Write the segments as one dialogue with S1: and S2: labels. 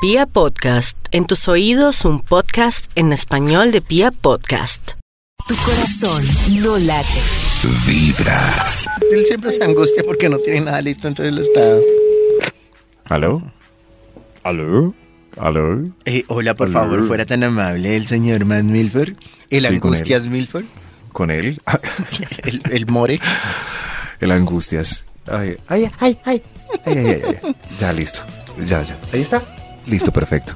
S1: Pia Podcast, en tus oídos un podcast en español de Pia Podcast.
S2: Tu corazón no late.
S3: Él siempre se angustia porque no tiene nada listo, entonces lo está.
S4: ¿Aló? ¿Aló? ¿Aló?
S3: Eh, hola, por
S4: Hola.
S3: favor, fuera tan amable el señor Matt Milford. El
S4: Sí, con
S3: angustias Milford.
S4: ¿Con él?
S3: El, el more.
S4: El angustias. Ay, ay, ay, ay. Ay, ay, ay, ay. Ya, listo. Ya, ya. Ahí está. Listo, perfecto.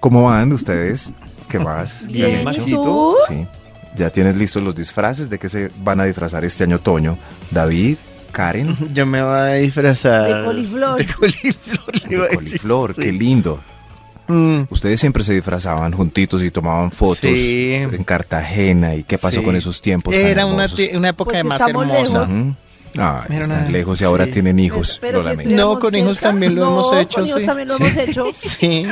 S4: ¿Cómo van ustedes? ¿Qué más?
S5: Bien,
S4: ¿Ya han
S5: ¿y
S4: hecho?
S5: tú?
S4: Sí. ¿Ya tienes listos los disfraces de qué se van a disfrazar este año otoño? David, Karen,
S3: Yo me voy a disfrazar.
S5: De coliflor.
S3: De coliflor, le iba
S4: de
S3: a decir,
S4: coliflor,
S3: sí.
S4: qué lindo.
S3: Mm,
S4: Ustedes siempre se disfrazaban juntitos y tomaban fotos
S3: Sí.
S4: en Cartagena. ¿Y qué pasó
S3: sí.
S4: con esos tiempos? tan
S3: Era una,
S4: hermosos?
S3: ti- una época
S5: Pues
S3: de más
S5: estamos
S3: hermosa.
S5: lejos.
S4: Ujú. Ay,
S3: Pero
S4: Ah, están
S3: nada,
S4: lejos y ahora
S3: sí.
S4: tienen hijos. lo
S5: Pero si
S4: lamento.
S5: estuviéramos
S3: No, con hijos
S5: cerca,
S3: también lo
S5: no,
S3: hemos hecho,
S5: Con hijos
S3: sí.
S5: también lo hemos hecho.
S3: Sí.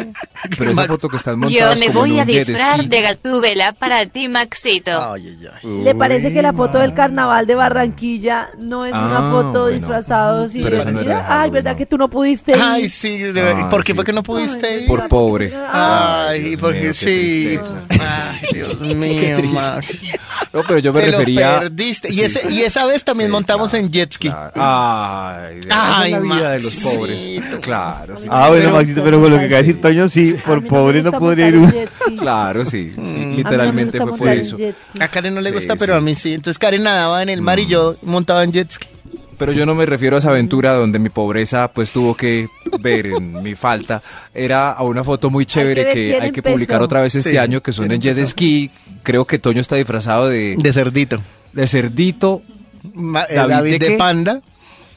S4: Pero esa foto que están
S6: Yo
S4: montadas
S6: me
S4: como en
S6: voy a
S4: un jet
S6: disfrazar
S4: ski.
S6: de gatúbela para ti, Maxito.
S3: Ay, ay, ay.
S5: ¿Le parece que la foto del carnaval de Barranquilla no es
S4: Ah,
S5: una foto
S4: bueno.
S5: disfrazados y
S4: Pero eso no era
S5: divertida?
S4: de
S5: Ay,
S4: Halloween,
S5: ¿verdad
S4: no.
S5: que tú no pudiste ir?
S3: Ay, sí, de ver-
S4: Ay,
S3: ¿Por qué
S4: sí.
S3: fue que no pudiste ir?
S4: Por pobre.
S3: Ay,
S4: Dios
S3: porque
S4: mío, qué
S3: sí.
S4: tristeza.
S3: Ay, Dios mío, Max.
S4: No, pero yo me
S3: Te lo
S4: refería.
S3: perdiste. Y,
S4: Sí,
S3: ese,
S4: sí.
S3: y esa vez también
S4: Sí,
S3: montamos
S4: claro,
S3: en jet ski.
S4: claro. Ay, esa es la
S3: Ay,
S4: vida de los
S3: Maxito.
S4: pobres. Claro, sí.
S7: Ah, bueno,
S5: Pero-
S7: Maxito, pero con lo que acaba de decir Toño, sí,
S5: A mí
S7: por
S5: me
S7: pobre no
S5: gusta
S7: podría ir
S5: montar en
S7: uno.
S5: jet ski. A mí
S4: Claro, sí. sí,
S3: Mm.
S5: no me
S4: Literalmente
S5: gusta
S4: fue por
S5: montar en
S4: eso.
S5: jet ski.
S3: A Karen no le
S4: Sí,
S3: gusta,
S4: sí.
S3: pero
S4: Mm.
S3: a mí sí. Entonces Karen nadaba en el mar y yo montaba en jet ski.
S4: Pero yo no me refiero a esa aventura donde mi pobreza pues tuvo que ver en mi falta. Era a una foto muy chévere
S5: ver
S4: que,
S5: quién
S4: hay que
S5: empezó.
S4: publicar otra vez este
S3: Sí,
S4: año, que son en jet ski. Creo que Toño está disfrazado de,
S3: De cerdito.
S4: de cerdito,
S3: Ma- eh,
S4: ¿David
S3: David,
S4: de
S3: de,
S4: qué?
S3: panda.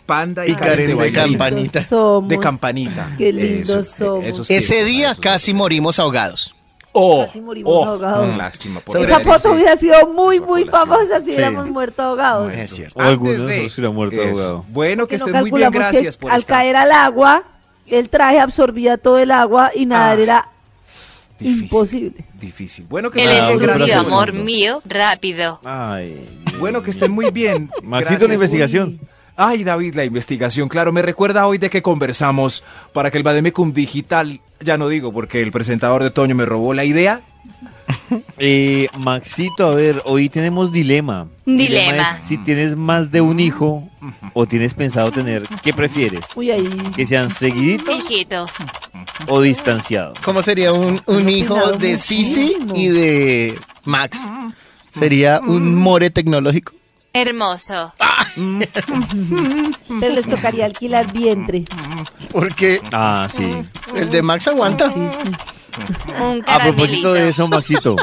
S4: panda y,
S3: Y Karen de
S4: bailarina.
S3: campanita.
S5: Lindos somos.
S4: De campanita.
S5: Qué lindos
S4: Eso, e-,
S5: somos.
S4: esos
S3: Ese
S4: tiempos,
S3: día
S4: esos
S3: casi
S4: tiempos.
S3: morimos ahogados.
S4: Oh,
S5: Casi morimos
S4: oh,
S5: ahogados.
S4: mm, Lástima. por
S5: Esa
S4: ver
S5: foto
S4: ese-
S5: hubiera sido muy, muy
S4: Población.
S5: famosa si
S3: Sí.
S5: hubiéramos muerto ahogados.
S3: Es cierto.
S7: O algunos
S4: Antes de-
S7: no se hubieran muerto
S4: Eso.
S7: ahogado.
S4: Bueno, que
S5: que no
S4: estén muy bien,
S5: calculamos que
S4: gracias por
S5: al
S4: estar.
S5: caer al agua, el traje absorbía todo el agua y nadar
S4: Ah,
S5: era
S4: Difícil,
S5: imposible.
S4: Difícil. Bueno que
S6: El
S4: estén-
S7: Ah, un
S6: estudio,
S7: abrazo,
S6: amor
S7: Maxito.
S6: mío, rápido.
S4: Bueno que estén muy bien.
S7: Maxito,
S4: Gracias.
S7: una investigación.
S4: Ay, David, la investigación, claro, me recuerda hoy de que conversamos para que el Bademecum Digital, ya no digo porque el presentador de Toño me robó la idea.
S7: Eh, Maxito, a ver, hoy tenemos dilema.
S6: Dilema.
S7: es si tienes más de un hijo o tienes pensado tener, ¿qué prefieres?
S5: Uy, ahí.
S7: ¿Que sean seguiditos
S6: Hijitos.
S7: o distanciados?
S3: ¿Cómo sería un, un hijo
S5: opinado
S3: de Sisi
S5: muchísimo. Mm.
S3: y de Max? Sería un more tecnológico.
S6: Hermoso.
S5: Pero les tocaría alquilar vientre.
S3: Porque
S7: Ah, sí.
S3: el de Max aguanta.
S6: Un
S7: A propósito
S6: caramelito.
S7: de eso, Maxito,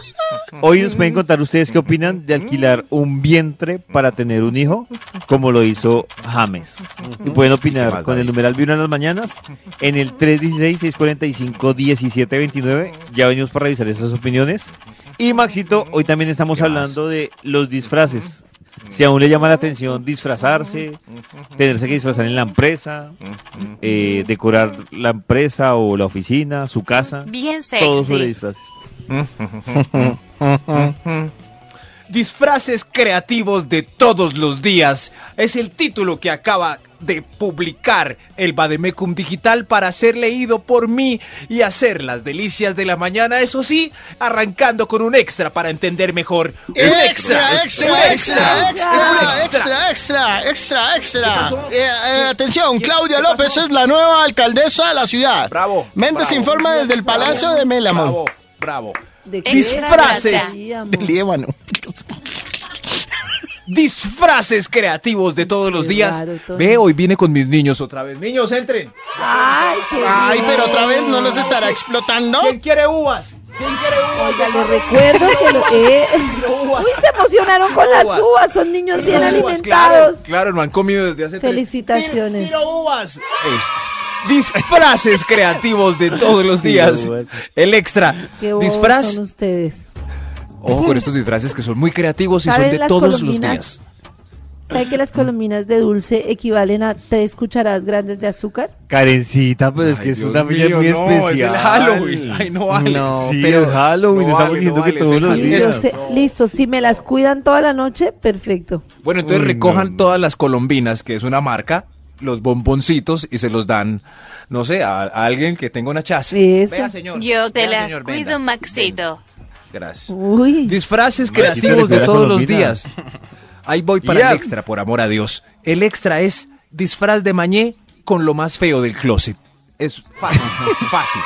S7: hoy nos pueden contar ustedes qué opinan de alquilar un vientre para tener un hijo, como lo hizo James. Y pueden
S4: ¿Y qué
S7: opinar
S4: Mm. más,
S7: con el
S4: David?
S7: numeral Vino en las mañanas en el 316-645-1729. Ya venimos para revisar esas opiniones. Y Maxito, hoy también estamos
S4: ¿Qué más?
S7: hablando de los disfraces. Si aún le llama la atención disfrazarse, tenerse que disfrazar en la empresa, eh, decorar la empresa o la oficina, su casa,
S6: Bien
S7: todo sobre
S6: sexy.
S7: disfraces.
S4: Disfraces creativos de todos los días es el título que acaba de publicar el Bademecum Digital para ser leído por mí y hacer las delicias de la mañana, eso sí, arrancando con un extra para entender mejor. Un
S3: Extra, extra, extra, extra,
S4: un
S3: extra,
S4: extra.
S3: extra, extra, extra, extra. Eh, eh, atención, Claudia López es la nueva alcaldesa de la ciudad.
S4: Bravo,
S3: Méndez
S4: bravo.
S3: informa desde el Palacio de
S4: Bravo,
S3: Mélamon.
S4: bravo.
S5: ¿De
S4: Disfraces.
S3: Del Líbano.
S4: Disfraces creativos de todos los
S5: Qué
S4: días.
S5: raro, Toño.
S4: Ve, hoy vine con mis niños otra vez. Niños, entren.
S5: Ay, qué
S3: Ay,
S5: bien.
S3: pero otra vez no los estará explotando.
S4: ¿Quién quiere uvas? ¿Quién quiere uvas?
S5: Oiga, les recuerdo que lo eh. Uy, se emocionaron con las
S4: Uvas.
S5: uvas. Son niños bien
S4: Uvas,
S5: alimentados.
S4: Claro, claro, no han comido desde hace tres-
S5: Felicitaciones.
S4: Tiro, tiro uvas. Es- Disfraces creativos de todos los días.
S7: uvas.
S4: El extra.
S5: Qué bobos
S4: Disfraz.
S5: son ustedes.
S4: Ojo con estos disfraces que son muy creativos y son
S5: ¿Saben
S4: de
S5: las
S4: todos los días.
S5: colombinas? ¿Sabe que las colombinas de dulce equivalen a tres cucharadas grandes de azúcar?
S7: Karencita, pero es
S4: Ay,
S7: que es
S4: Dios
S7: una fecha
S4: mío,
S7: muy
S4: no,
S7: especial.
S4: Es el Halloween. Ay, no vale.
S3: No,
S7: sí,
S3: pero-
S7: el Halloween,
S4: no
S7: estamos
S4: vale,
S7: diciendo
S4: no
S7: que
S4: vale,
S7: todos
S4: es
S7: los
S4: el-
S5: Y
S7: días.
S5: yo sé- listo, si me las cuidan toda la noche, perfecto.
S4: Bueno, entonces
S7: Uy,
S4: recojan
S7: no.
S4: todas las colombinas, que es una marca, los bomboncitos y se los dan, no sé, a, a alguien que tenga una chaza.
S5: Eso.
S4: Vea, señor.
S6: Yo te
S4: Vea,
S6: las
S4: señor,
S6: cuido,
S4: venga,
S6: Maxito.
S4: venga. Gracias.
S5: Uy.
S4: Disfraces
S7: Maxito, le
S4: creativos
S7: cuida
S4: de
S7: la
S4: todos los
S7: palomita.
S4: días. Ahí voy para
S7: Ya.
S4: el extra, por amor a Dios. El extra es disfraz de mañé con lo más feo del closet. Es fácil, fácil,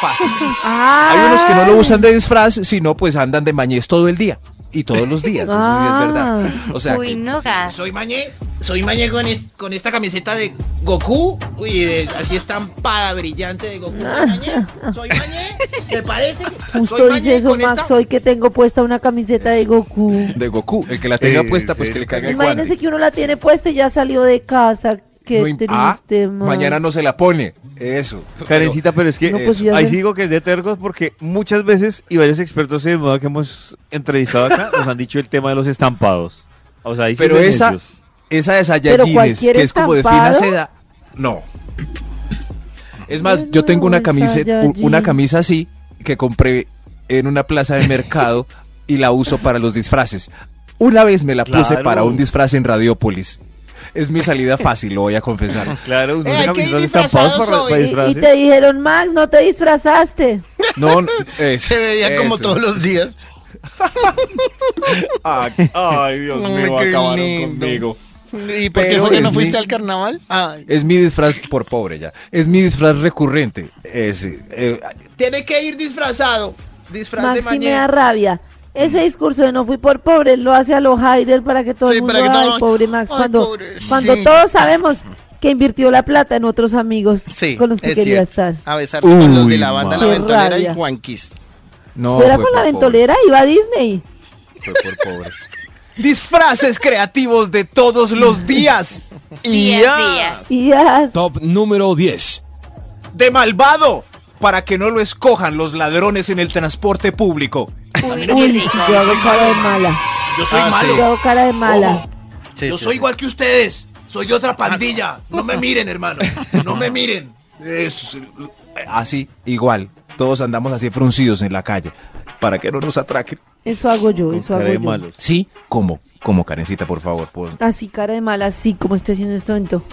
S4: fácil.
S5: Ah.
S4: Hay unos que no lo usan de disfraz, sino pues andan de mañés todo el día. Y todos los días, eso sí es verdad. O sea,
S6: Uy,
S4: que-
S6: no gas.
S8: Soy Mañé, soy Mañé con, es- con esta camiseta de Goku, uy, de- así estampada, brillante de Goku. Soy Mañé, soy Mañé, ¿te parece?
S5: Ah. Justo
S8: Soy Mañé
S5: dice eso,
S8: con esta-
S5: Max, hoy que tengo puesta una camiseta de Goku.
S4: de Goku, el que la tenga
S7: Eh,
S4: puesta, pues
S7: sí.
S4: que le caiga el
S5: Imagínense
S4: cuadre.
S5: que uno la tiene puesta y ya salió de casa. Qué
S4: No im- Ah,
S5: triste, Max.
S4: mañana no se la pone. Eso.
S7: Karencita, pero es que
S5: No, pues
S7: eso,
S5: ya
S7: ahí
S5: sé.
S7: sí digo que es de tergos porque muchas veces y varios expertos de moda que hemos entrevistado acá nos han dicho el tema de los estampados. O sea, ahí sí
S4: Pero
S7: ven
S4: esa,
S7: ellos.
S4: esa de
S5: Pero
S4: Sayajines,
S5: cualquier
S4: que es como de fina
S5: estampado.
S4: seda, no. Es más,
S5: Bueno,
S4: yo tengo una
S5: el
S4: camiseta, un-
S5: Saiyajin.
S4: una camisa así que compré en una plaza de mercado y la uso para los disfraces. Una vez me la puse
S7: Claro.
S4: para un disfraz en Radiópolis. Es mi salida fácil, lo voy a confesar.
S7: Claro, unos
S8: Eh, hay que ir
S7: camisetas
S8: disfrazados
S7: estampados para,
S8: hoy.
S7: para
S5: Y- Y,
S7: disfraces.
S5: te dijeron, Max, no te disfrazaste.
S4: No, no, eh,
S3: Se veía como
S4: eso.
S3: todos los días.
S7: Ah, Ay, Dios
S3: Ay,
S7: mío,
S3: qué
S7: acabaron
S3: lindo.
S7: conmigo.
S3: ¿Y por qué
S4: Pero
S3: fue que
S4: es
S3: no
S4: mi-
S3: fuiste al carnaval? Ay.
S4: Es mi disfraz por pobre ya. Es mi disfraz recurrente. Ese, eh,
S8: Tiene que ir disfrazado, disfraz de
S5: Max sí me
S8: Mañé.
S5: da rabia. Ese discurso de no fui por pobre lo hace a los Heider para que todo
S3: Sí,
S5: el mundo,
S3: para que
S5: ay,
S3: todo-
S5: pobre Max,
S3: ay,
S5: cuando,
S3: pobre,
S5: cuando
S3: sí.
S5: todos sabemos que invirtió la plata en otros amigos
S3: Sí,
S5: con los que
S3: es
S5: quería
S3: cierto.
S5: estar.
S3: A besarse con los de
S4: Uy,
S3: la banda La
S5: ma. Qué
S3: Ventolera y
S5: rabia.
S3: Juanquis.
S4: no,
S5: Fuera
S4: fue
S5: con la
S4: por pobre.
S5: ventolera, iba a Disney.
S4: Fue por pobre. Disfraces creativos de todos los días.
S6: Diez
S4: Ya.
S6: días.
S5: Y ya.
S9: Top número 10.
S4: De malvado. Para que no lo escojan los ladrones en el transporte público.
S6: Uy, qué
S5: Uy,
S6: rico.
S5: yo hago cara de mala.
S4: Yo soy
S3: Ah, sí.
S4: malo.
S5: Yo hago cara de mala.
S3: Sí,
S8: Yo
S3: sí, Ah,
S8: soy
S3: sí.
S8: igual que ustedes, soy de otra pandilla, no me miren, hermano, no me miren.
S4: Es- Eh, así, igual. Todos andamos así fruncidos en la calle. Para que no nos atraquen.
S5: Eso hago yo, eso hago
S7: Cara de
S5: yo.
S7: malos.
S4: Sí, como, como Karencita, por favor. pues.
S5: Así, cara de mala, así como estoy haciendo en este momento.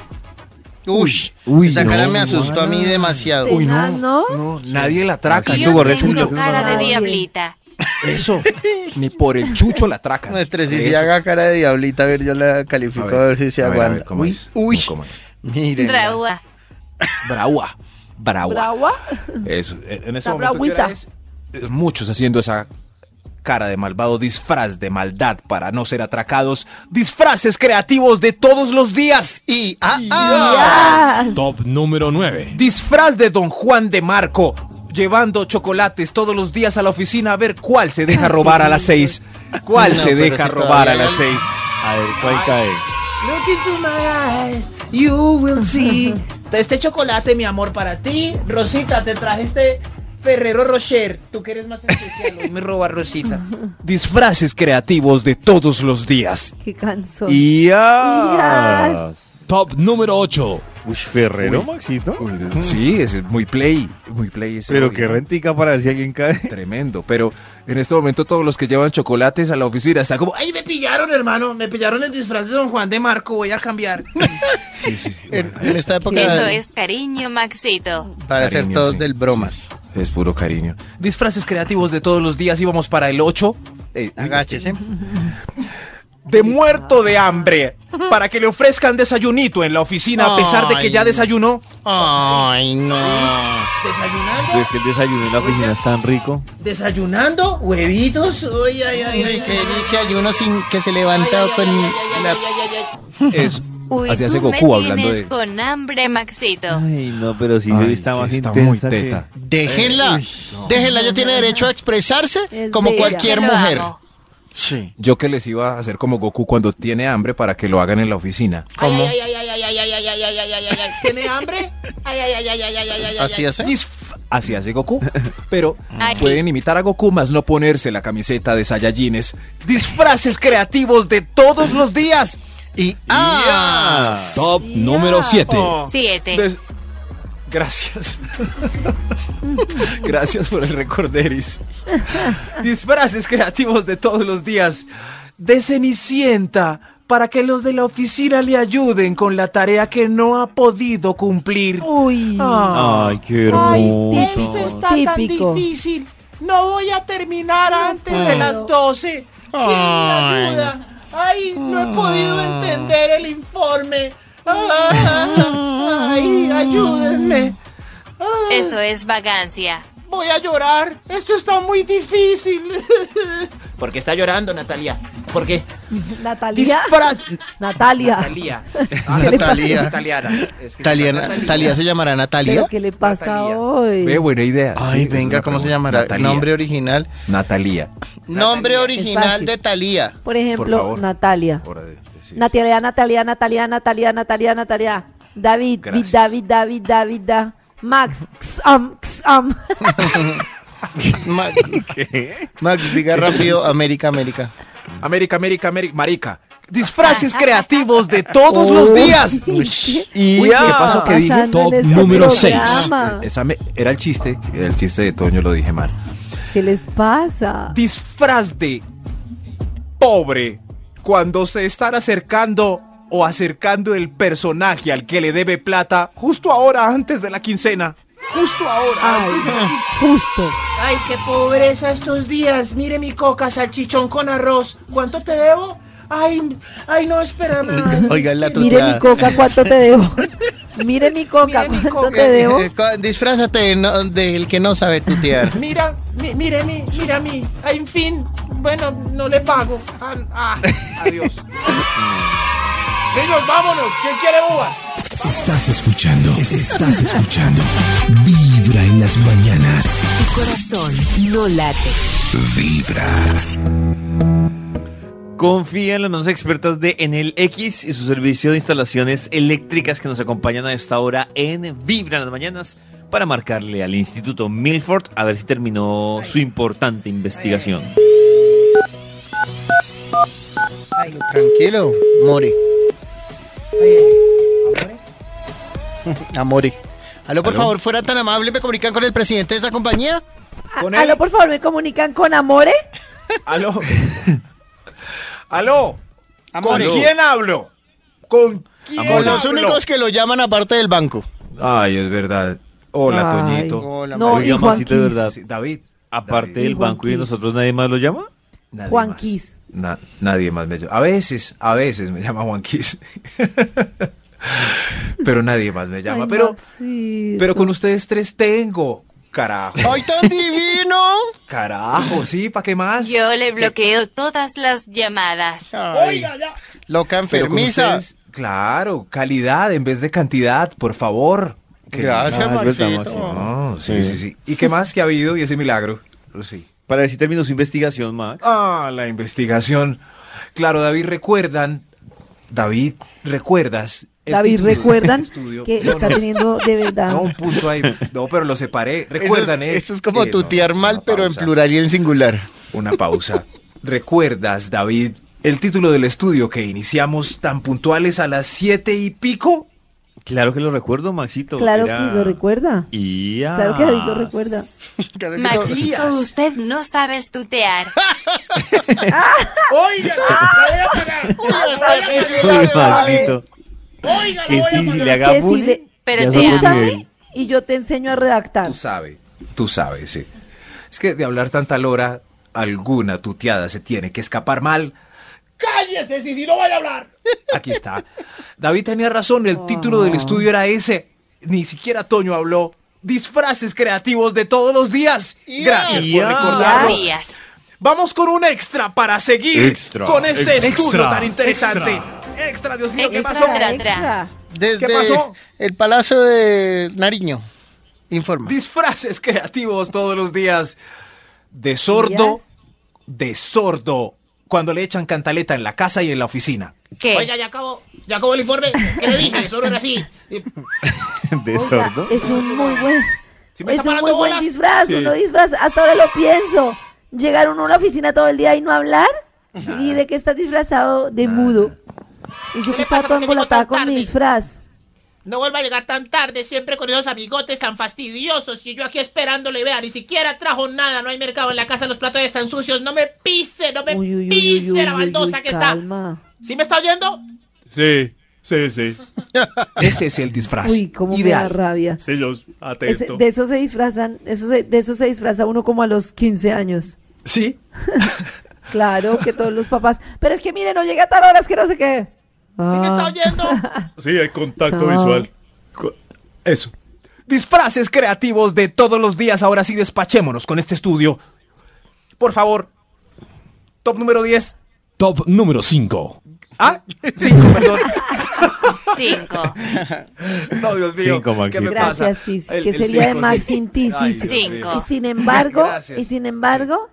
S3: Uy,
S4: Uy,
S3: esa cara
S4: no,
S3: me asustó a mí demasiado.
S5: Uy, no. ¿no?
S4: No, nadie la atraca.
S7: Aquí
S4: Tú,
S6: Yo
S7: borré ese
S6: tengo
S7: dicho que es
S6: cara de
S5: malo.
S6: diablita.
S4: Eso. Ni por el chucho la atracan.
S3: Nuestra si
S4: Eso.
S3: haga cara de diablita, a ver, yo la
S4: A
S3: califico
S4: ver,
S3: a ver si se
S4: a ver, a ver,
S3: aguanta.
S4: ¿cómo
S3: uy,
S4: es?
S3: uy,
S4: ¿Cómo es?
S3: miren.
S6: Raúl.
S4: Bragua, bragua.
S5: ¿Bragua?
S4: Eso, en ese
S5: La
S4: momento ¿qué hora
S5: braguita.
S4: es? Eh, muchos haciendo esa cara de malvado disfraz de maldad para no ser atracados, disfraces creativos de todos los días.
S3: Y, ah,
S5: Ya.
S9: Top número 9.
S4: Disfraz de Don Juan de Marco llevando chocolates todos los días a la oficina a ver cuál se deja robar a las seis. ¿Cuál
S3: No,
S4: se
S3: pero
S4: deja
S3: si
S4: robar
S3: todavía
S4: a las
S3: hay-
S4: seis?
S7: A ver, ¿cuál cae?
S8: Look into my eyes, you will see. Este chocolate, mi amor, para ti. Rosita, te traje este Ferrero Rocher. Tú que eres más especial. hoy me roba Rosita.
S4: Disfraces creativos de todos los días.
S5: Qué cansón.
S7: ¡Ya!
S9: Top número 8.
S7: Uy, Ferrero,
S4: Uy.
S7: Maxito.
S4: Sí, es muy play, muy play. ese
S7: Pero
S4: hobby.
S7: qué rentica para ver si alguien cae.
S4: Tremendo, pero en este momento todos los que llevan chocolates a la oficina están como,
S8: Ay, me pillaron, hermano. Me pillaron el disfraz de Don Juan de Marco. Voy a cambiar.
S4: Sí, sí, sí.
S3: En,
S4: Bueno,
S3: en esta época
S6: Eso es cariño, Maxito.
S3: para ser
S4: Cariño,
S3: todos
S4: sí.
S3: del bromas.
S4: Es puro cariño. Disfraces creativos de todos los días íbamos para el 8. Eh,
S3: Agáchese.
S4: de muerto de hambre. Para que le ofrezcan desayunito en la oficina a pesar de que ya
S3: Ay.
S4: desayunó.
S3: Ay, no.
S7: Pero
S8: ¿Desayunando?
S7: es que el desayuno en la oficina es tan rico.
S8: ¿Desayunando? ¿Huevitos? Ay, ay, ay, ay,
S3: Ay,
S8: ay,
S3: que
S8: ay,
S3: dice ayuno sin que se
S8: ay, ay,
S3: levanta
S8: ay,
S3: con
S8: ay, ay, ay,
S3: la...
S8: ay, ay, ay, ay.
S4: Es,
S6: Uy,
S4: así hace
S6: tú me
S4: Goku hablando
S6: tienes
S4: de...
S6: con hambre, Maxito.
S7: Ay, no, pero si
S4: Ay,
S7: hoy está
S4: que
S7: más
S4: está muy
S7: intensa que-
S4: teta.
S3: Déjenla. Déjenla, ella tiene derecho a expresarse
S5: Es
S3: como
S5: bella.
S3: cualquier
S6: Yo lo
S3: mujer.
S6: amo.
S3: Sí.
S4: Yo que les iba a hacer como Goku cuando tiene hambre para que lo hagan en la oficina.
S3: ¿Cómo?
S8: Ay, ay, ay, ay, ay, ay, ay, ay, ay, ay, ay, ay, ay. ¿Tiene hambre? Ay, ay, ay, ay, ay, ay, ay, ay,
S3: Así
S8: ay.
S3: hace.
S4: Disf- Así hace Goku. Pero
S6: Ay.
S4: pueden imitar a Goku, más no ponerse la camiseta de Saiyajines. Disfraces creativos de todos los días.
S3: Y ah.
S9: Top número 7.
S6: Oh. Siete.
S4: Des- Gracias. Gracias por el recorderis. Disfraces creativos de todos los días. De Cenicienta para que los de la oficina le ayuden con la tarea que no ha podido cumplir.
S5: Uy.
S4: Ah.
S7: Ay, qué
S5: Ay,
S7: hermoso.
S5: esto está tan Típico.
S8: difícil. No voy a terminar antes
S5: de las
S8: 12.
S3: Ay. ayuda?
S8: Ay, no he podido entender el informe. Ah, Ay, ayúdenme.
S6: Eso es vagancia.
S8: Voy a llorar. Esto está muy difícil. ¿Por qué está llorando, Natalia? ¿Por qué?
S5: Natalia.
S8: Disfraz.
S5: Natalia.
S8: Natalia.
S3: Natalia.
S8: Italiana. Es que
S3: Talia,
S8: está Natalia.
S3: Talia se llamará Natalia.
S5: ¿Pero qué le pasa
S8: Natalia.
S5: hoy?
S4: Ve, buena idea.
S3: Ay,
S4: Sí,
S3: venga,
S4: es
S3: ¿cómo
S4: una
S3: se
S4: pregunta.
S3: llamará?
S4: Natalia.
S3: Nombre original.
S4: Natalia.
S3: Nombre original
S5: fácil.
S3: de Talía.
S5: Por
S4: Por
S5: ejemplo,
S4: favor.
S5: Natalia.
S4: Hora de decir.
S5: Natalia, Natalia, Natalia, Natalia, Natalia, Natalia. David, David,
S4: Gracias.
S5: David, David, David, Da- Max, xam, xam.
S3: Ma- Max, diga rápido, América, América.
S4: América, América, América, marica. Disfraces creativos de todos los días. Y
S5: Uy,
S4: ya.
S5: ¿qué
S4: pasó
S5: que dije?
S9: Top número seis.
S4: Esa me- era el chiste, el chiste de Toño lo dije mal.
S5: ¿Qué les pasa?
S4: Disfraz de pobre cuando se están acercando o acercando el personaje al que le debe plata justo ahora antes de la quincena. Justo ahora.
S5: Ay, justo.
S8: Ay, qué pobreza estos días. Mire mi coca, salchichón con arroz. ¿Cuánto te debo? Ay, ay, no, espérame.
S3: Oiga, la
S5: Mire mi
S3: tuteada.
S5: coca, ¿cuánto te debo? Mire mi coca,
S8: Mire mi
S5: ¿cuánto
S8: coca.
S5: te debo?
S3: Eh, co- Disfrázate de no- del que no sabe tutear.
S8: Mira, mi- mire mi, mira mi. Ay, en fin, bueno, no le pago. Ah, ah, adiós. Niños, vámonos. ¿Quién quiere uvas?
S10: Estás escuchando, estás escuchando. Vibra en las mañanas.
S2: Tu corazón no late.
S10: Vibra.
S7: Confía en las manos expertas de Enel X y su servicio de instalaciones eléctricas que nos acompañan a esta hora en Vibra en las mañanas para marcarle al Instituto Milford a ver si terminó su importante investigación.
S3: Tranquilo, More. Amore. Aló, por
S7: Aló.
S3: favor, fuera tan amable, me comunican con el presidente de esa compañía.
S4: Con él.
S5: Aló, por favor, me comunican con Amore.
S4: Aló. Aló. ¿Con
S3: Amore.
S4: quién hablo? ¿Con quién
S3: Con los
S4: hablo?
S3: únicos que lo llaman aparte del banco.
S4: Ay, es verdad. Hola,
S5: Ay.
S4: Toñito.
S3: Hola,
S5: No, y
S7: Oiga,
S5: Juan
S7: Maxito, de
S5: Quis.
S7: verdad.
S4: Sí, David.
S7: Aparte
S4: David,
S7: del
S5: Y Juan
S7: banco y de
S5: Quis.
S7: nosotros, ¿nadie más lo llama?
S4: nadie
S5: Juan
S4: más.
S5: Quis.
S4: Na- nadie más me llama. A veces, a veces me llama Juan Quis. pero nadie más me llama.
S5: Ay,
S4: pero,
S5: Maxito.
S4: pero con ustedes tres tengo. Carajo,
S3: ¡Ay, tan divino!
S4: carajo, sí, ¿para qué más?
S6: Yo le bloqueo todas las llamadas.
S3: Oiga, ya. Loca
S4: Pero con
S3: enfermiza.
S4: ustedes, claro, calidad en vez de cantidad, por favor. Que-
S3: Gracias,
S7: Ah, es
S3: Maxito.
S7: verdad, Maxito.
S4: No, sí, sí,
S7: Sí.
S4: sí. ¿Y qué más que ha habido y ese milagro? Sí.
S7: Para ver si terminó su investigación, Max.
S4: Ah, la investigación. Claro, David, recuerdan. David, ¿recuerdas? el
S5: David,
S4: título del
S5: ¿recuerdan
S4: estudio?
S5: que
S4: No,
S5: está
S4: no,
S5: teniendo de verdad?
S4: no, un punto ahí. No, pero lo separé. Recuerdan,
S3: Eso es,
S4: eh,
S3: esto es como
S4: eh, no,
S3: tutear
S4: una
S3: mal, pero en
S4: pausa,
S3: plural y en singular.
S4: Una pausa. ¿Recuerdas, David, el título del estudio que iniciamos tan puntuales a las siete y pico?
S7: Claro que lo recuerdo, Maxito.
S5: Claro
S7: Era-
S5: que lo recuerda.
S7: Ias.
S5: Claro que David lo recuerda.
S6: Maxito, usted no sabe tutear.
S8: Oiga, la voy a pagar.
S7: Uy, Maxito.
S8: Oiga,
S7: Que
S8: la voy a
S7: sí, si
S8: pagar.
S7: le haga
S5: Que si
S7: bullying.
S5: le-
S6: Pero
S7: ya
S6: te
S7: es
S5: Tú
S7: otro
S6: amo.
S7: nivel.
S5: sabes y yo te enseño a redactar.
S4: Tú sabes, tú sabes, sí. Es que de hablar tanta lora, alguna tuteada se tiene que escapar mal.
S8: Cállese, si si no vaya a hablar.
S4: Aquí está. David tenía razón, el título del estudio era ese. Ni siquiera Toño habló. Disfraces creativos de todos los días. Gracias
S7: Yeah.
S4: por recordarlo.
S6: Días.
S4: Vamos con un extra para seguir
S7: Extra,
S4: con este
S7: extra,
S4: estudio tan interesante. Extra, Dios mío, ¿qué
S6: Extra,
S4: pasó?
S6: tra, tra.
S3: Desde
S4: ¿Qué pasó?
S3: el Palacio de Nariño. Informa.
S4: Disfraces creativos todos los días. De sordo,
S5: Días.
S4: de sordo. Cuando le echan cantaleta en la casa y en la oficina.
S8: Oiga,
S6: ¿Qué?
S8: ya acabó. Ya acabó el informe. ¿Qué le dije? Solo era así.
S7: De
S5: Oiga,
S7: sordo.
S5: es un muy buen,
S8: Si me
S5: es
S8: está
S5: un
S8: parando
S5: muy buen
S8: bolas.
S5: disfraz, uno disfraz. Hasta ahora lo pienso. Llegar uno a una oficina todo el día y no hablar, ni de que estás disfrazado de mudo. Y yo
S8: ¿Qué
S5: que
S8: le
S5: estaba todo
S8: pasa? ¿Por qué llegó
S5: embolatada
S8: tan
S5: con mi
S8: tarde?
S5: disfraz.
S8: No vuelva a llegar tan tarde, siempre con esos amigotes tan fastidiosos. Y yo aquí esperándole, vea, ni siquiera trajo nada. No hay mercado en la casa, los platos están sucios. No me pise, no me pise la baldosa que está. ¿Sí me está oyendo?
S11: Sí, sí, sí.
S4: Ese es el disfraz.
S5: Uy, cómo me da rabia.
S11: Sí, yo
S5: Ese-
S11: atento.
S5: de eso se disfrazan, eso se- de eso se disfraza uno como a los 15 años.
S4: ¿Sí?
S5: Claro, que todos los papás. Pero es que mire, no llega a tal hora, es que no sé qué. Ah.
S8: ¿Sí me está oyendo?
S11: Sí, hay contacto
S5: No.
S11: visual. Co- Eso.
S4: Disfraces creativos de todos los días. Ahora sí, despachémonos con este estudio. Por favor. Top número 10.
S9: Top número 5.
S4: Ah, 5, perdón.
S6: Cinco.
S4: No, Dios mío.
S7: Cinco, Maxi.
S4: ¿qué me pasa?
S5: Gracias, Sisi.
S4: El-
S5: que
S4: el
S5: sería de
S4: cinco,
S5: Max
S4: sí.
S5: sin ti,
S4: Ay,
S5: Sisi.
S4: Dios mío.
S6: Cinco.
S5: Y sin embargo,
S4: Gracias.
S5: y sin embargo,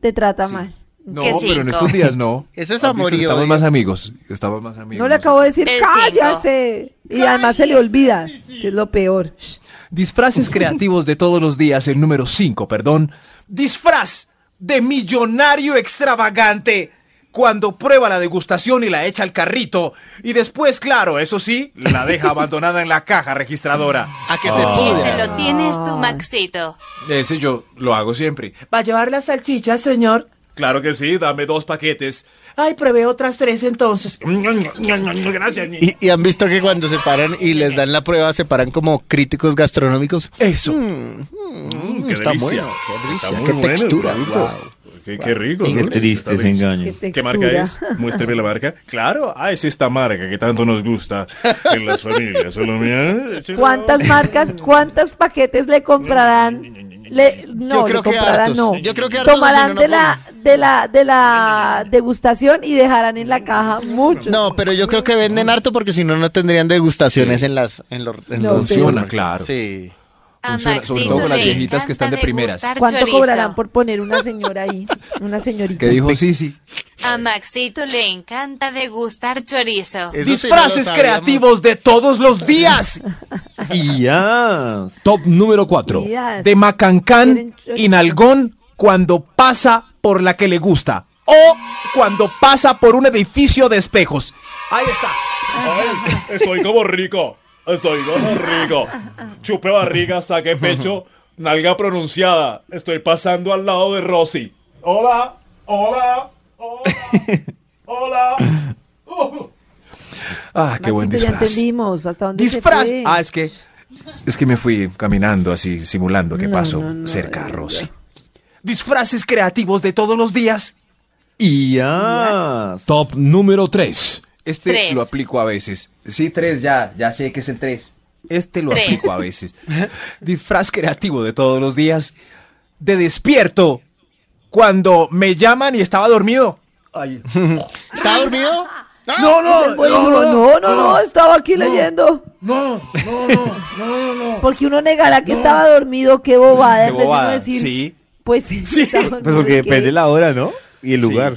S5: te trata
S4: Sí.
S5: mal.
S4: No,
S6: Que
S4: pero en
S6: cinco.
S4: estos días no.
S3: Eso es
S4: ¿Has visto?
S3: amorío,
S4: Estamos
S3: eh.
S4: más amigos. Estamos más amigos.
S5: No le acabo de decir,
S6: El cinco.
S5: cállase. Y además se le olvida, que es lo peor. Shh.
S4: Disfraces creativos de todos los días, el número 5, perdón. Disfraz de millonario extravagante. Cuando prueba la degustación y la echa al carrito. Y después, claro, eso sí, la deja abandonada en la caja registradora.
S3: A que se
S6: Ese
S3: pudra.
S6: lo tienes tú, Maxito.
S4: Ese yo lo hago siempre.
S8: ¿Va a llevar las salchichas, señor?
S11: Claro que sí, dame dos paquetes.
S8: Ay, probé otras tres entonces.
S11: Gracias. ni-
S3: Y, y han visto que cuando se paran y les dan la prueba, se paran como críticos gastronómicos.
S4: Eso.
S11: Mm, qué
S3: está
S11: delicia.
S3: bueno, qué delicia,
S11: muy
S3: qué
S11: bueno el
S3: textura,
S11: producto.
S3: guau.
S11: Qué, qué rico.
S7: Qué
S11: ¿no?
S7: triste
S11: Está
S7: ese
S11: delicioso.
S7: engaño.
S5: Qué
S11: ¿Qué marca
S5: textura.
S11: es? Muéstreme la marca. Claro, ah, es esta marca que tanto nos gusta en las familias colombianas.
S5: ¿Cuántas marcas, cuántos paquetes le comprarán? Le, no,
S3: Yo creo
S5: le
S3: que
S5: comprarán,
S3: hartos.
S5: no.
S3: Yo creo que hartos,
S5: Tomarán
S3: si no, no
S5: de, la, de, la, de la degustación y dejarán en la caja muchos.
S3: No, pero yo creo que venden harto porque si no, no tendrían degustaciones en las. En los, en
S5: No,
S3: los-
S4: Funciona, claro.
S3: Sí.
S6: A
S4: Funciona, sobre todo
S6: Maxito
S4: con las
S6: le
S4: viejitas que
S6: encanta
S4: están de primeras.
S6: degustar
S5: ¿Cuánto
S6: chorizo.
S5: cobrarán por poner una señora ahí? Una señorita.
S4: ¿Qué dijo Sisi?
S6: A Maxito le encanta degustar chorizo.
S4: Eh,
S3: Eso sí
S4: Disfraces
S3: no lo sabíamos.
S4: creativos de todos los días.
S7: Y ya.
S9: Top número 4.
S5: Días.
S4: de Macancán
S5: Quieren chorizo.
S4: y Nalgón cuando pasa por la que le gusta o cuando pasa por un edificio de espejos. Ahí está.
S11: Ay, estoy como rico. Estoy como rico. Chupé barriga, saqué pecho, nalga pronunciada. Estoy pasando al lado de Rosy. Hola, hola, hola, hola. Uh.
S4: Ah, qué buen
S5: Maxito, Ya
S4: disfraz.
S5: entendimos hasta dónde se
S4: Disfraz.
S5: fue.
S4: Ah, es que es que me fui caminando así simulando que
S5: No,
S4: paso
S5: no, no,
S4: cerca a
S5: de
S4: Rosy. Disfraces creativos de todos los días.
S7: Y ya.
S9: Top número 3.
S4: Este
S6: Tres.
S4: lo aplico a veces. Sí, tres ya, ya sé que es el tres. Este lo
S6: Tres.
S4: aplico a veces. Disfraz creativo de todos los días. De despierto. Cuando me llaman y estaba dormido.
S3: ¿Está dormido?
S4: No, no,
S5: Ese güey dijo, no, no, no, estaba aquí leyendo.
S4: no, no, no, no, no.
S5: Porque uno negará que estaba dormido, qué bobada.
S4: Qué
S5: en vez de uno
S4: bobada,
S5: Ah, decir,
S4: sí.
S5: Pues sí, estaba
S7: Pues
S5: dormido,
S7: porque
S5: ¿qué?
S7: depende la hora, ¿no? Y el
S4: Sí.
S7: lugar.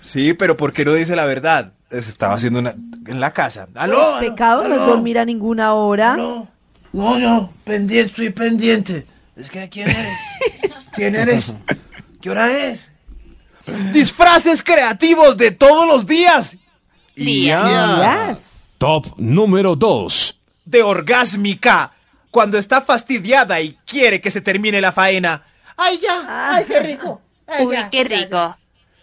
S4: Sí, pero ¿por qué no dice la verdad? Es- Estaba haciendo una en la casa.
S5: Pues,
S4: ¡Aló! aló,
S5: pecado no es
S4: aló.
S5: dormir a ninguna hora.
S8: No, no, no, pendiente, soy pendiente. Es que ¿quién eres? ¿Quién eres? ¿Qué hora es?
S4: Disfraces creativos de todos los días.
S6: Días.
S5: Días.
S9: Top número 2.
S4: de orgásmica cuando está fastidiada y quiere que se termine la faena.
S8: Ay,
S5: Ah.
S8: ya, ay, qué rico. Ay,
S6: Uy,
S8: ya,
S6: qué
S8: ya, ya.
S6: rico.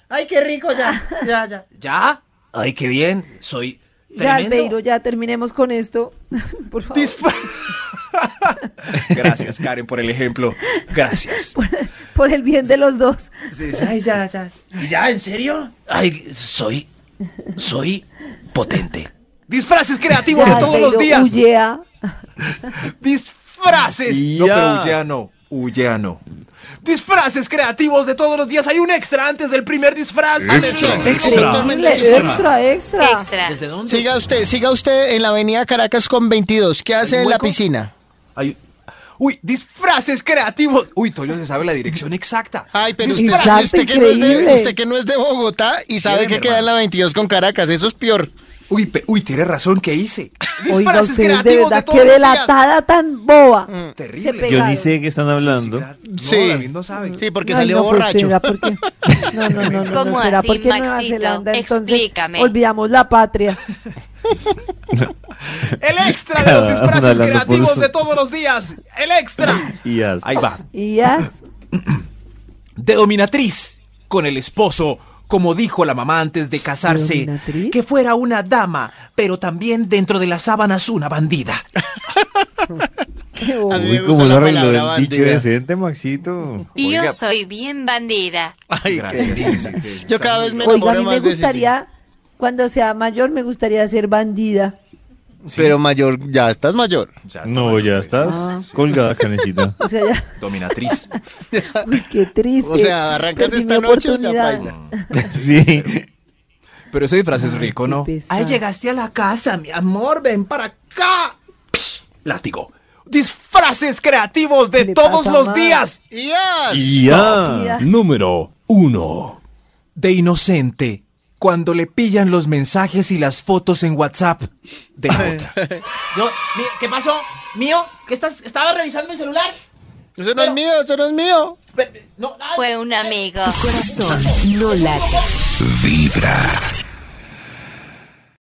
S8: Ay, qué rico, ya, ya, ya.
S4: ¿Ya? Ay, qué bien. Soy
S5: Ya, Albeiro, ya terminemos con esto. Por favor.
S4: Disfra- Gracias, Karen, por el ejemplo. Gracias.
S5: Por, por el bien de los dos.
S4: Sí, sí.
S8: Ay, ya, ya. ¿Y ya, en serio?
S4: Ay, soy. Soy potente. Disfraces creativos
S5: Ya,
S4: de todos los
S5: Albeiro,
S4: días.
S5: huyea.
S4: Disfraces. No,
S7: Ya.
S4: pero huyea no. Huyea no. Disfraces creativos de todos los días. Hay un extra antes del primer disfraz.
S11: Extra.
S5: Horrible, Extra, extra.
S6: Extra.
S3: Siga usted, siga usted en la avenida Caracas con 22. ¿Qué hace en la
S4: hueco?
S3: piscina?
S4: Ay, uy, disfraces creativos. Uy, Toño se sabe la dirección exacta.
S3: Ay, pero usted,
S4: Disfraces.
S5: Exacto,
S3: usted que no es de,
S5: increíble.
S3: usted que no es de Bogotá y sabe
S4: Bien,
S3: que queda en la 22 con Caracas, eso es peor.
S4: Uy, pe- uy, tienes razón, ¿qué hice?
S5: Oiga,
S4: Disparates
S5: ustedes de
S4: creativos de,
S5: verdad,
S4: todos
S5: qué
S4: los días.
S5: delatada tan boba.
S4: Terrible.
S5: Se
S7: Mm. Yo
S5: pegaron.
S7: ni sé de qué están hablando.
S3: Sí.
S4: No, David no sabe.
S3: Sí, porque
S5: Ay,
S3: salió
S5: no, pues,
S3: borracho.
S5: será porque- No, no, no, no, no,
S6: ¿Cómo
S5: será
S6: así,
S5: porque en Nueva
S6: Maxito?
S5: Zelanda entonces
S6: Explícame.
S5: olvidamos la patria.
S4: El extra de los
S7: Estaban
S4: disfraces
S7: hablando por
S4: creativos
S7: eso.
S4: de todos los días. El extra.
S7: Y hasta.
S4: Ahí va.
S5: Y as-
S4: de dominatriz con el esposo, como dijo la mamá antes de casarse,
S5: ¿Dominatriz?
S4: que fuera una dama, pero también dentro de las sábanas una bandida.
S5: qué bobo.
S3: A mí me gusta
S7: Uy, como
S3: la
S7: lo arregló
S3: palabra
S7: el dicho
S3: bandida.
S7: decente, Maxito.
S6: Y
S4: Oiga.
S6: yo soy bien bandida.
S3: Ay,
S4: Gracias,
S3: qué-
S4: sí, sí, que
S3: Yo
S4: está
S3: cada
S4: muy
S3: vez me
S4: loco.
S5: Oiga, a
S3: enamoro
S5: mí me
S3: más de Sisi.
S5: gustaría, cuando sea mayor, me gustaría ser bandida.
S3: Pero mayor, ya estás mayor.
S4: Ya está
S7: No,
S4: mal,
S7: ya
S4: pues.
S7: estás
S5: Ah.
S7: colgada, canecita.
S5: O sea, ya,
S4: Dominatriz.
S5: uy, qué triste.
S3: O sea, arrancas
S5: Perdí
S3: esta
S5: mi
S3: noche y la
S5: oportunidad.
S3: baila.
S7: Sí.
S4: Pero ese disfraz es rico, ¿no?
S5: qué pesar. Ay,
S4: llegaste a la casa, mi amor, ven para acá. Látigo. Disfraces creativos
S5: ¿Qué
S4: de
S5: le
S4: todos
S5: pasa,
S4: los
S5: ma?
S4: días.
S3: ¡Yas!
S7: Y
S4: Ah.
S7: ya.
S9: Número 1.
S4: De inocente. Cuando le pillan los mensajes y las fotos en WhatsApp de la otra.
S8: Yo, mi- ¿Qué pasó? ¿Mío? ¿Qué estás? ¿Estaba revisando mi celular?
S3: Eso no
S8: Pero-
S3: es mío, eso no es mío.
S8: Pe- No, ay,
S6: Fue un amigo.
S2: Corazón no late.
S10: Vibra.